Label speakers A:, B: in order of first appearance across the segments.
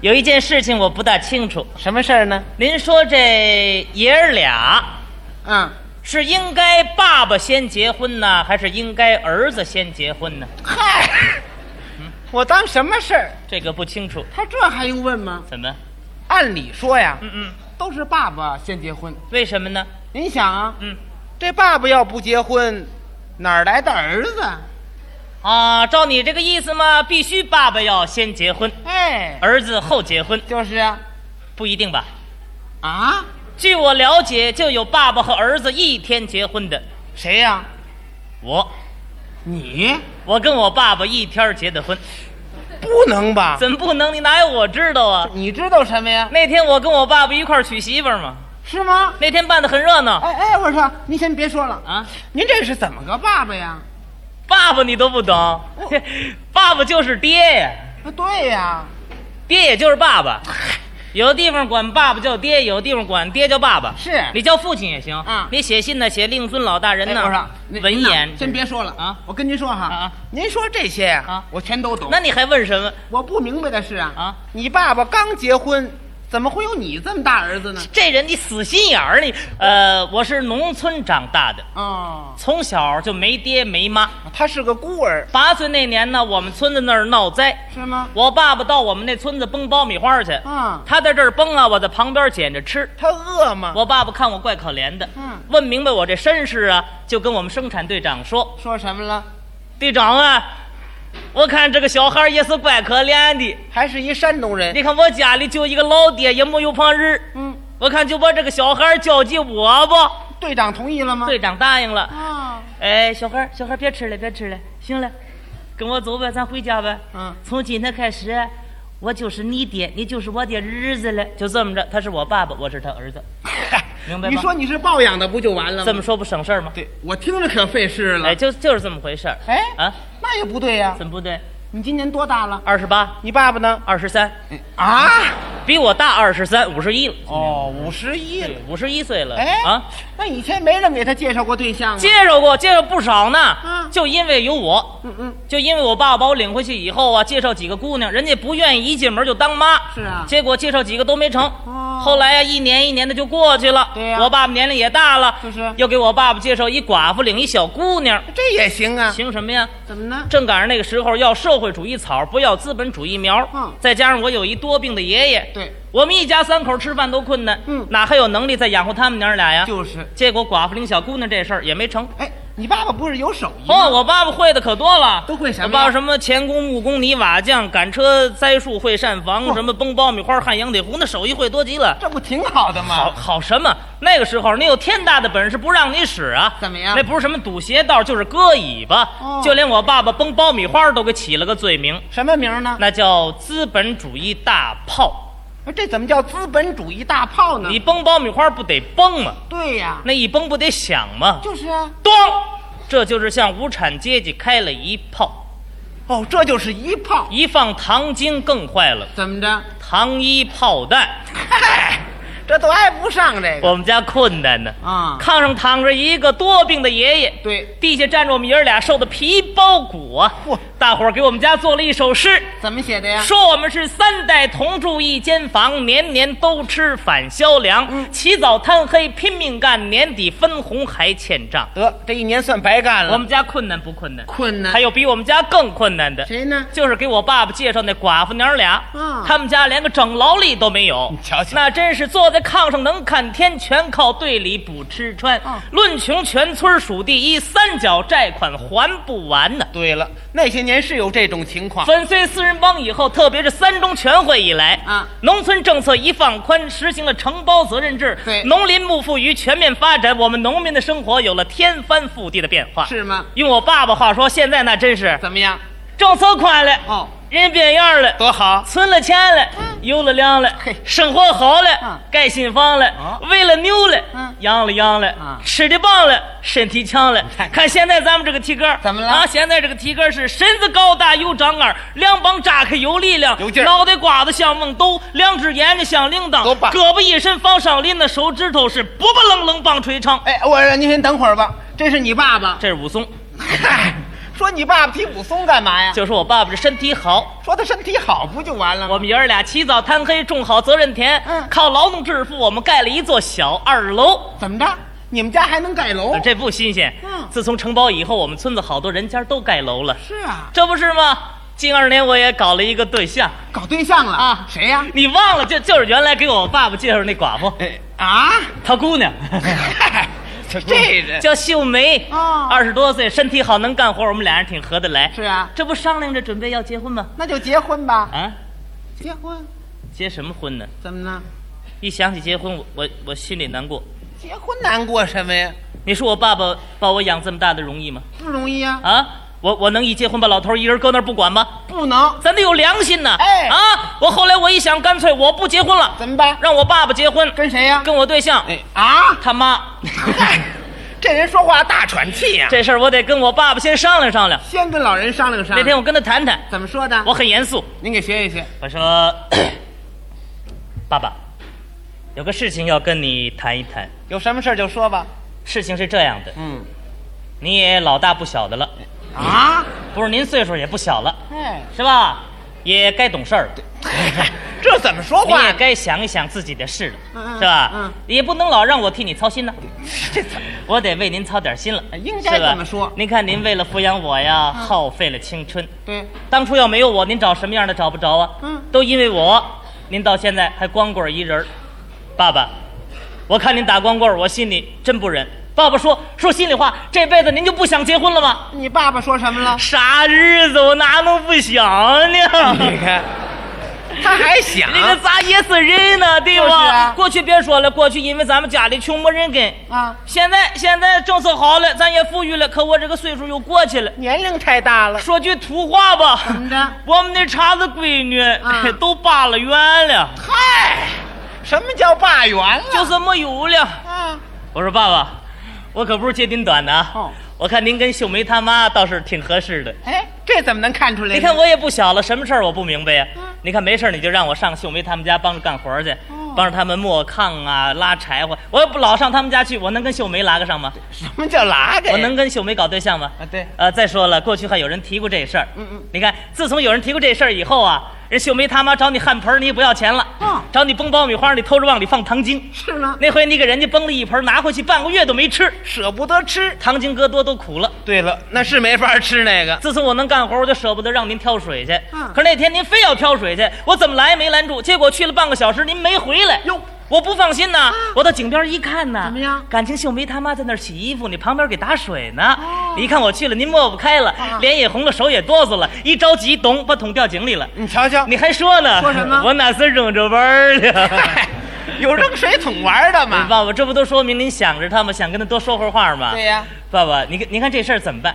A: 有一件事情我不大清楚。
B: 什么事儿呢？
A: 您说这爷儿俩
B: 嗯，
A: 是应该爸爸先结婚呢，还是应该儿子先结婚呢？
B: 嗨，我当什么事儿？
A: 这个不清楚。
B: 他这还用问吗？
A: 怎么？
B: 按理说呀，
A: 嗯嗯，
B: 都是爸爸先结婚。
A: 为什么呢？
B: 您想啊，
A: 嗯
B: 这爸爸要不结婚，哪儿来的儿子？
A: 啊，照你这个意思嘛，必须爸爸要先结婚，
B: 哎，
A: 儿子后结婚，
B: 就是啊，
A: 不一定吧？
B: 啊，
A: 据我了解，就有爸爸和儿子一天结婚的。
B: 谁呀、
A: 我，
B: 你
A: 我跟我爸爸一天儿结的婚，
B: 不能吧？
A: 怎么不能？你哪有我知道啊？
B: 你知道什么呀？
A: 那天我跟我爸爸一块儿娶媳妇儿嘛，
B: 是吗？
A: 那天办的很热闹
B: 哎哎，我说您先别说了，
A: 啊。
B: 您这是怎么个爸爸呀？
A: 爸爸你都不懂，爸爸就是爹呀，
B: 不对呀，
A: 爹也就是爸爸。有的地方管爸爸叫爹，有的地方管爹叫爸爸。
B: 是
A: 你叫父亲也行
B: 啊
A: 你写信呢，写令尊老大人
B: 哎我
A: 呢
B: 说您，
A: 文
B: 您呐
A: 言。
B: 先别说了
A: 啊
B: 我跟您说哈，
A: 啊啊
B: 您说这些呀、
A: 啊
B: 我全都懂。
A: 那你还问什么？
B: 我不明白的是啊，
A: 啊
B: 你爸爸刚结婚，怎么会有你这么大儿子呢？
A: 这人你死心眼儿，你呃，我是农村长大的，
B: 哦，
A: 从小就没爹没妈。
B: 他是个孤儿，
A: 八岁那年呢，我们村子那儿闹灾，
B: 是吗？
A: 我爸爸到我们那村子崩苞米花去，
B: 啊
A: 他在这儿崩啊，我在旁边捡着吃。
B: 他饿吗？
A: 我爸爸看我怪可怜的，
B: 嗯
A: 问明白我这身世啊，就跟我们生产队长说
B: 说什么了？：“
A: 队长啊，我看这个小孩也是怪可怜的。
B: 还是一山东人。
A: 你看我家里就一个老爹，也没有旁人，
B: 嗯，
A: 我看就把这个小孩交给我吧。
B: 队长同意了吗？
A: 队长答应了。
B: 啊，
A: 哎，小孩儿，小孩儿，别吃了，别吃了，行了，跟我走呗，咱回家呗。
B: 嗯
A: 从今天开始，我就是你爹，你就是我爹儿子了。就这么着，他是我爸爸，我是他儿子。 明白吗
B: 你说你是抱养的不就完了吗？
A: 这么说不省事儿吗？
B: 对，我听着可费事了。
A: 哎，就就是这么回事儿。
B: 哎
A: 啊，
B: 那也不对呀、
A: 怎么不对？
B: 你今年多大了？
A: 二十八，
B: 你爸爸呢？
A: 二十三，
B: 啊，
A: 比我大二十三，五十一了，
B: 哦，五十一了。
A: 五十一岁了。
B: 哎
A: 啊，，
B: 那以前没人给他介绍过对象啊？
A: 介绍过，介绍不少呢。
B: 嗯
A: 就因为有我，
B: 嗯嗯，
A: 就因为我爸爸把我领回去以后啊，介绍几个姑娘，人家不愿意一进门就当妈。
B: 是啊
A: 结果介绍几个都没成。
B: 哦
A: 后来呀、啊一年一年的就过去了。
B: 对呀
A: 我爸爸年龄也大了，
B: 就是
A: 又给我爸爸介绍一寡妇领一小姑娘，
B: 这也行啊？
A: 行什么呀？
B: 怎么呢？
A: 正赶上那个时候要社会主义草，不要资本主义苗。
B: 嗯
A: 再加上我有一多病的爷爷，
B: 对，
A: 我们一家三口吃饭都困难，
B: 嗯
A: 哪还有能力再养活他们娘儿俩呀？
B: 就是。
A: 结果寡妇领小姑娘这事儿也没成。
B: 哎，你爸爸不是有手艺吗？
A: 哦，我爸爸会的可多了，
B: 都会什么呀
A: 我爸爸什么钳工、木工、泥瓦匠、赶车、栽树、会膳房，
B: 嚯
A: 什么崩苞米花、焊羊腿糊，那手艺会多极了。
B: 这不挺好的
A: 好
B: 吗？
A: 好什么？那个时候你有天大的本事不让你使啊？
B: 怎么样
A: 那不是什么堵邪道，就是割尾巴。
B: 哦
A: 就连我爸爸崩苞米花都给起了个罪名。
B: 什么名儿呢？
A: 那叫资本主义大炮。
B: 这怎么叫资本主义大炮呢？
A: 你崩苞米花不得崩吗？
B: 对呀，
A: 那一崩不得响吗？
B: 就是啊。
A: 咚，这就是向无产阶级开了一炮。
B: 哦，这就是一炮。
A: 一放糖精更坏了，
B: 怎么着？
A: 糖衣炮弹，
B: 哎嗨，这都挨不上这个
A: 我们家困难呢。
B: 啊。
A: 炕上躺着一个多病的爷爷，
B: 对，
A: 地下站着我们爷儿俩，瘦的皮包骨啊
B: 嚯！
A: 大伙儿给我们家做了一首诗，
B: 怎么写的呀？
A: 说我们是三代同住一间房，年年都吃返销
B: 嗯
A: 粮，起早贪黑拼命干，年底分红还欠账。
B: 得，呃这一年算白干了。
A: 我们家困难不困难？
B: 困难
A: 还有比我们家更困难的，
B: 谁呢？
A: 就是给我爸爸介绍那寡妇娘儿俩，
B: 嗯
A: 他们家连个整劳力都没有，
B: 你瞧瞧
A: 那真是坐在炕上能看天，全靠队里补吃穿。
B: 嗯
A: 论穷，全村数第一，三角债款还不完呢。
B: 对了，那些年是有这种情况。
A: 粉碎四人帮以后，特别是三中全会以来，
B: 啊
A: 农村政策一放宽，实行了承包责任制，
B: 对
A: 农林牧副渔全面发展，我们农民的生活有了天翻覆地的变化。
B: 是啊吗
A: 用我爸爸话说，现在那真是
B: 怎么样？
A: 政策宽了，
B: 哦，
A: 人变样了，
B: 多好！
A: 存了钱了，有了粮了
B: 嗯嘿，
A: 生活好了
B: 嗯，
A: 盖新房了
B: 啊，
A: 喂了牛了
B: 嗯，
A: 养了羊了
B: 啊，
A: 吃的棒了，身体强了。
B: 看
A: 看现在咱们这个体格儿，
B: 怎么了
A: 啊，现在这个体格儿是身子高大有长杆儿，两膀扎开有力量
B: 有劲，儿
A: 脑袋瓜子像梦兜，两只眼睛像铃铛
B: 多，棒
A: 胳膊一伸防上林，那手指头是不不愣愣棒捶长。
B: 哎，我说您先等会儿吧，这是你爸爸。
A: 这是武松，
B: 嗨， 说你爸爸体骨松干嘛呀？
A: 就说我爸爸这身体好，
B: 说他身体好不就完了吗？
A: 我们爷儿俩起早贪黑，种好责任田，
B: 嗯
A: 靠劳动致富，我们盖了一座小二楼。
B: 怎么着？你们家还能盖楼？
A: 呃这不新鲜。
B: 哦嗯
A: 自从承包以后，我们村子好多人家都盖楼了，
B: 是啊，
A: 这不是吗？近二年我也搞了一个对象，
B: 搞对象了
A: 啊
B: 谁呀、
A: 你忘了？就就是原来给我爸爸介绍那寡妇，
B: 哎啊，
A: 她姑娘。
B: 嗨这人
A: 叫秀梅
B: 哦
A: 二十多岁，身体好，能干活，我们俩人挺合得来。
B: 是啊，
A: 这不商量着准备要结婚吗？
B: 那就结婚吧。
A: 啊，
B: 结婚
A: 结什么婚呢？
B: 怎么呢？
A: 一想起结婚，我我我心里难过。
B: 结婚难过什么呀？
A: 你说我爸爸把我养这么大的容易吗？
B: 不容易啊，
A: 啊，我我能一结婚把老头一人搁那儿不管吗？
B: 不能
A: 咱得有良心呐！
B: 哎
A: 啊，我后来我一想，干脆我不结婚了，
B: 怎么办？
A: 让我爸爸结婚，
B: 跟谁呀、
A: 跟我对象
B: 哎啊，
A: 他妈。
B: 嗨，这人说话大喘气呀、
A: 这事儿我得跟我爸爸先商量商量。
B: 先跟老人商量商
A: 那
B: 量。
A: 天我跟他谈谈，
B: 怎么说的？
A: 我很严肃。
B: 您给学一学。
A: 我说：“ 爸爸，有个事情要跟你谈一谈。
B: 有什么事儿就说吧。
A: 事情是这样的，
B: 嗯
A: 你也老大不小的了，
B: 啊，
A: 不是您岁数也不小了，
B: 哎，
A: 是吧？也该懂事儿了，
B: 这怎么说
A: 你
B: 话
A: 也
B: 呢？
A: 该想一想自己的事了，
B: 嗯
A: 是吧？
B: 嗯
A: 也不能老让我替你操心 呢，
B: 这怎么
A: 我得为您操点心了。
B: 哎应该
A: 是吧
B: 这么说嗯
A: 您看，您为了抚养我呀，耗费了青春。
B: 对？
A: 当初要没有我，您找什么样的找不着啊？
B: 嗯
A: 都因为我，您到现在还光棍一人儿。爸爸，我看您打光棍儿，我心里真不忍。爸爸说说心里话，这辈子您就不想结婚了吗？
B: 你爸爸说什么了？
A: 啥日子，我哪能不想呢？
B: 看， 他还想
A: 那个咋噎死人呢，对吧？
B: 啊就是啊
A: 过去别说了，过去因为咱们家里穷没人跟，
B: 啊，
A: 现在现在政策好了，咱也富裕了，可我这个岁数又过去了。
B: 年龄太大了。
A: 说句土话吧，
B: 怎么着
A: 我们那茬子闺女、
B: 啊
A: 都扒了圆了，
B: 嗨，什么叫罢园了？
A: 就是没有了。
B: 啊，
A: 我说爸爸，我可不是揭您短的啊，
B: 哦
A: 我看您跟秀梅他妈倒是挺合适的。
B: 哎，这怎么能看出来呢？
A: 你看我也不小了，什么事儿我不明白呀、
B: 嗯
A: 你看没事儿你就让我上秀梅他们家帮着干活儿去，
B: 哦
A: 帮着他们磨炕啊、拉柴火。我也不老上他们家去，我能跟秀梅拉个上吗？
B: 什么叫拉给？
A: 我能跟秀梅搞对象吗？
B: 啊，对，
A: 呃，再说了，过去还有人提过这事儿。
B: 嗯嗯，
A: 你看，自从有人提过这事儿以后啊，人秀梅他妈找你旱盆儿，你也不要钱了，
B: 嗯
A: 找你崩爆米花，你偷着往里放糖精。
B: 是呢，
A: 那回你给人家崩了一盆儿，拿回去半个月都没吃，
B: 舍不得吃。
A: 糖精哥多都苦了。
B: 对了，那是没法吃那个。
A: 自从我能干活，我就舍不得让您挑水去。
B: 嗯
A: 可是那天您非要挑水去，我怎么来也没拦住，结果去了半个小时，您没回来。
B: 哟，啊
A: 我不放心呐，我到井边一看呐，
B: 怎么样
A: 感情秀梅他妈在那儿洗衣服，你旁边给打水呢。
B: 哦
A: 你一看我去了，您抹不开了，
B: 啊
A: 脸也红了，手也哆嗦了，一着急，咚，把桶掉井里了。
B: 你瞧瞧，
A: 你还说呢？
B: 说什么
A: 我哪是扔着玩儿 的？
B: 嗨，有扔水桶玩的吗？
A: 爸爸，这不都说明您想着他吗？想跟他多说会儿话吗？
B: 对呀、嗯
A: 爸爸，你看，你看这事儿怎么办？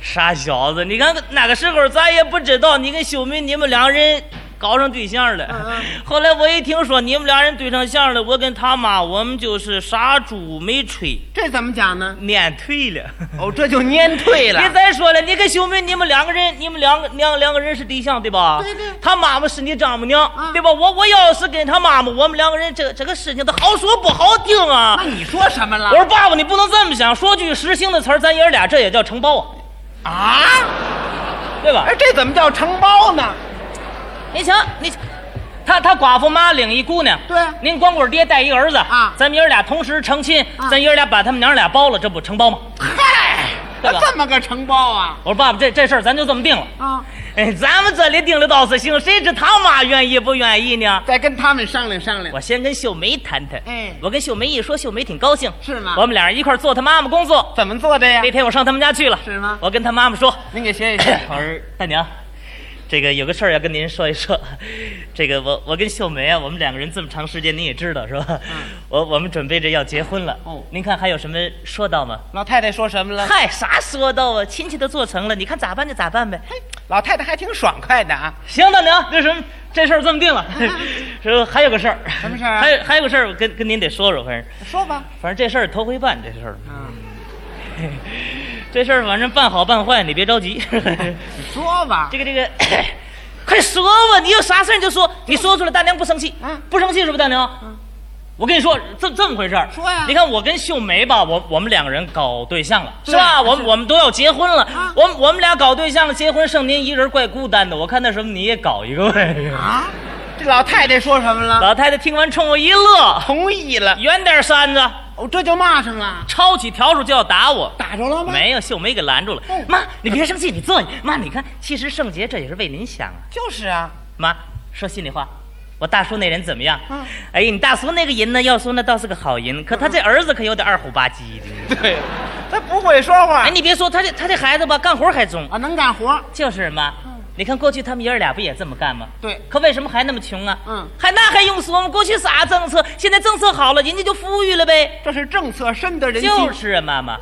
A: 傻小子，你看哪个时候咱也不知道，你跟秀梅你们两人搞上对象了。
B: 嗯
A: 后来我一听说你们俩人对上象了，我跟他妈我们就是杀猪没吹，
B: 这怎么讲呢？
A: 撵退了。
B: 哦，这就蔫退了
A: 别。再说了，你跟秀梅你们两个人，你们两个两两个人是对象对吧？
B: 对对
A: 他妈妈是你丈母娘、
B: 啊
A: 对吧？我我要是跟他妈妈，我们两个人这这个事情，他好说不好听啊。
B: 那你说什么了
A: 我？说爸爸，你不能这么想，说句实心的词儿，咱爷儿俩这也叫承包啊，
B: 啊，
A: 对吧？
B: 哎，这怎么叫承包呢？
A: 你瞧，你，他他寡妇妈领一姑娘，
B: 对
A: 您光棍爹带一儿子
B: 啊
A: 咱们爷儿俩同时成亲，
B: 啊
A: 咱爷儿俩把他们娘俩包了，这不承包吗？
B: 嗨，
A: 对吧
B: 这么个承包啊？
A: 我说爸爸，这这事儿咱就这么定了。
B: 啊，
A: 哎，咱们这里定了倒是行，谁知他妈愿意不愿意呢？
B: 再跟他们商量商量。
A: 我先跟秀梅谈谈。
B: 哎
A: 我跟秀梅一说，秀梅挺高兴，
B: 是吗
A: 我们俩人一块儿做她妈妈工作。
B: 怎么做的呀
A: 那？天我上他们家去了，
B: 是吗
A: 我跟她妈妈说，。
B: 您给学一学
A: 我说大娘，这个有个事儿要跟您说一说。这个我我跟秀梅啊，我们两个人这么长时间，您也知道是吧？我我们准备着要结婚了。
B: 嗯哦
A: 您看还有什么说道吗？
B: 老太太说什 么了？
A: 嗨，啥说道啊？亲戚都做成了，你看咋办就咋办呗。
B: 嘿老太太还挺爽快的啊。
A: 行，大娘，那什么，这事儿这么定了。 说还有个事儿，
B: 嗯什么事儿啊
A: 还有还有个事儿，我跟跟您得说说，反正
B: 说吧。
A: 反正这事儿头回办，这事儿
B: 嗯，
A: 这事儿反正办好办坏，你别着 急。
B: 你说吧。
A: 这个这个， 快说吧，你有啥事儿你就说，你说出来，大娘不生气。
B: 嗯
A: 不生气是不是大娘？我跟你说，这这么回事儿。
C: 说呀
A: 你看我跟秀梅吧，我我们两个人搞对象了，是
C: 对
A: 吧？我
C: 是
A: 们我们都要结婚了，
C: 啊
A: 我们我们俩搞对象了，结婚剩您一人怪孤单的。我看那什么，你也搞一个呗。
C: 啊，
B: 这老太太说什么了？
A: 老太太听完冲我一乐，
B: 同意了，
A: 远点儿扇子，
C: 我哦这就骂上了，
A: 抄起笤帚就要打我。
C: 打着了吗？，
A: 没有，秀梅给拦住了
C: 哦。
A: 妈，你别生气，你坐下。妈，你看，其实圣杰这也是为您想啊。
C: 就是啊，
A: 妈，说心里话，我大叔那人怎么样？
C: 嗯
A: 哎呀，你大叔那个人呢，要说那倒是个好人，可他这儿子可有点二虎吧唧的。
B: 对，他不会说话
A: 哎，。你别说，他这他这孩子吧，干活还中。
C: 啊，能干活，
A: 就是妈，你看过去他们爷儿俩不也这么干吗？
C: 嗯对
A: 可为什么还那么穷啊？
C: 嗯
A: 还那还用说吗？过去啥政策，现在政策好了，人家就富裕了呗。
B: 这是政策深得人心。
A: 就是啊，妈妈，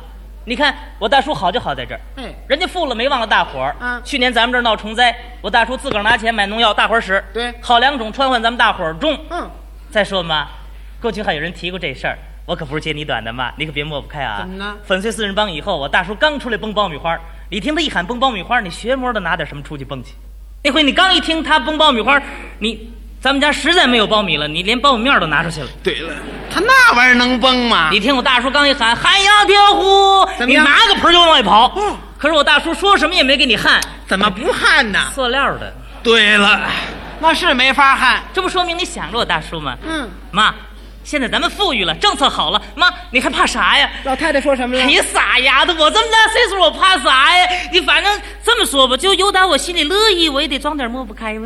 A: 你看我大叔好就好在这儿，
C: 哎，
A: 人家富了没忘了大伙儿。
C: 嗯
A: 去年咱们这儿闹虫灾，我大叔自个儿拿钱买农药，大伙儿使。
C: 对
A: 好良种传唤咱们大伙儿种。
C: 嗯，
A: 再说嘛，过去还有人提过这事儿，我可不是揭你短的嘛，你可别抹不开啊。
C: 怎么呢
A: 粉碎四人帮以后，我大叔刚出来崩爆米花，你听他一喊崩爆米花，你学摸的拿点什么出去蹦去。那回你刚一听他崩爆米花，你咱们家实在没有苞米了，你连苞米面都拿出去了。
B: 对了，
C: 他那玩意儿能崩吗？
A: 你听我大叔刚一喊“汉阳天呼”，
C: 啊怎么
A: 你
C: 样
A: 拿个盆儿就往外跑。
C: 嗯啊
A: 可是我大叔说什么也没给你焊，
B: 怎么不焊呢？
A: 塑料的，
B: 对了，
C: 那是没法焊，
A: 这不说明你想着我大叔吗？
C: 嗯，
A: 妈，现在咱们富裕了，政策好了，妈你还怕啥呀？
C: 老太太说什么
B: 哎
C: 了？
A: 你哎傻丫头，我这么大岁数，我怕啥呀？你反正这么说吧，就有打我心里乐意，我也得装点抹不开嘛。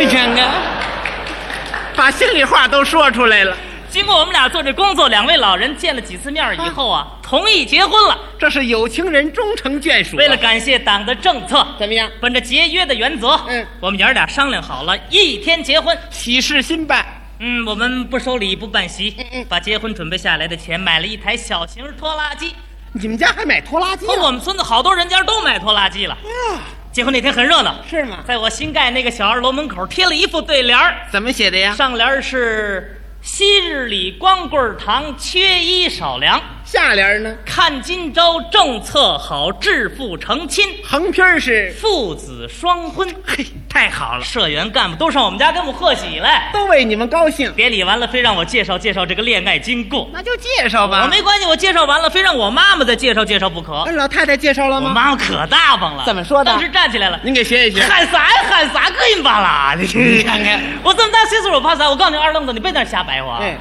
C: 你 看看，
B: 哎把心里话都说出来了，
A: 经过我们俩做这工作，两位老人见了几次面以后
C: 嗯
A: 啊，同意结婚了。
B: 这是有情人终成眷属啊。
A: 为了感谢党的政策，
C: 怎么样？
A: 本着节约的原则，
C: 嗯
A: 我们爷儿俩商量好了，一天结婚。
B: 喜事新办，
A: 嗯，我们不收礼，不办席，
C: 嗯嗯
A: 把结婚准备下来的钱买了一台小型拖拉
C: 哎
A: 机。
B: 你们家还买
C: 拖拉机
A: 可
C: 了
A: 我们村子好多人家都买拖拉机了。结婚那天很热闹，
C: 嗯是吗？
A: 在我新盖那个小二楼门口贴了一副对联儿，
B: 怎么写的呀？
A: 上联儿是“昔日里光棍堂缺衣少粮，
B: 下联呢？
A: 看今朝政策好，致富成亲，
B: 横批儿是
A: 父子双婚”。
B: 嘿，太好了，
A: 社员干部都上我们家给我们贺喜来。
B: 都为你们高兴。
A: 别理完了，非让我介绍介绍这个恋爱经过。
B: 那就介绍吧。
A: 我没关系，我介绍完了，非让我妈妈再介绍介绍不可。
B: 啊哎，老太太介绍了
A: 我
B: 吗？
A: 妈妈可大方了，
C: 怎么说的
A: 当时站起来了，
B: 您给学一学。
A: 喊啥呀？喊啥个硬巴拉的？
B: 你看看，
A: 我这么大岁数，我怕啥？我告诉你，二愣子，你别在那瞎白话。
B: 哎，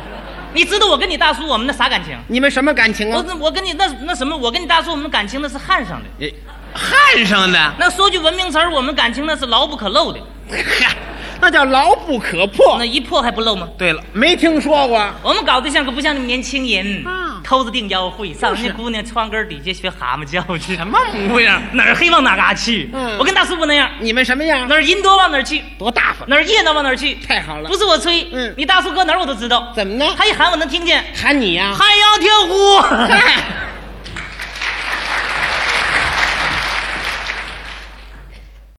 A: 你知道我跟你大叔我们那啥感情？
B: 你们什么感情
A: 我
B: 啊？
A: 我跟你那那什么，我跟你大叔我们感情那是焊上的。
B: 哎焊上的，
A: 那说句文明词儿，我们感情那是牢不可漏的。
B: 嗨那叫牢不可破
A: 那。一破还不漏吗？
B: 对了，没听说过，
A: 我们搞对象可不像你们年轻人，
C: 啊
A: 抠着腚腰会，上人家姑娘窗根底下学蛤蟆叫去，
B: 什么模样？
A: 哪儿黑往哪嘎去。
C: 嗯
A: 我跟大叔不那样，
B: 你们什么样
A: 哪？儿人多往哪儿去，
B: 多大方？
A: 哪儿热闹往哪儿去。
C: 太好了
A: 不，是我吹，
C: 嗯
A: 你大叔搁哪儿我都知道，
C: 怎么呢？
A: 他一喊我能听见，
C: 喊你呀？
A: 汉阳天呼。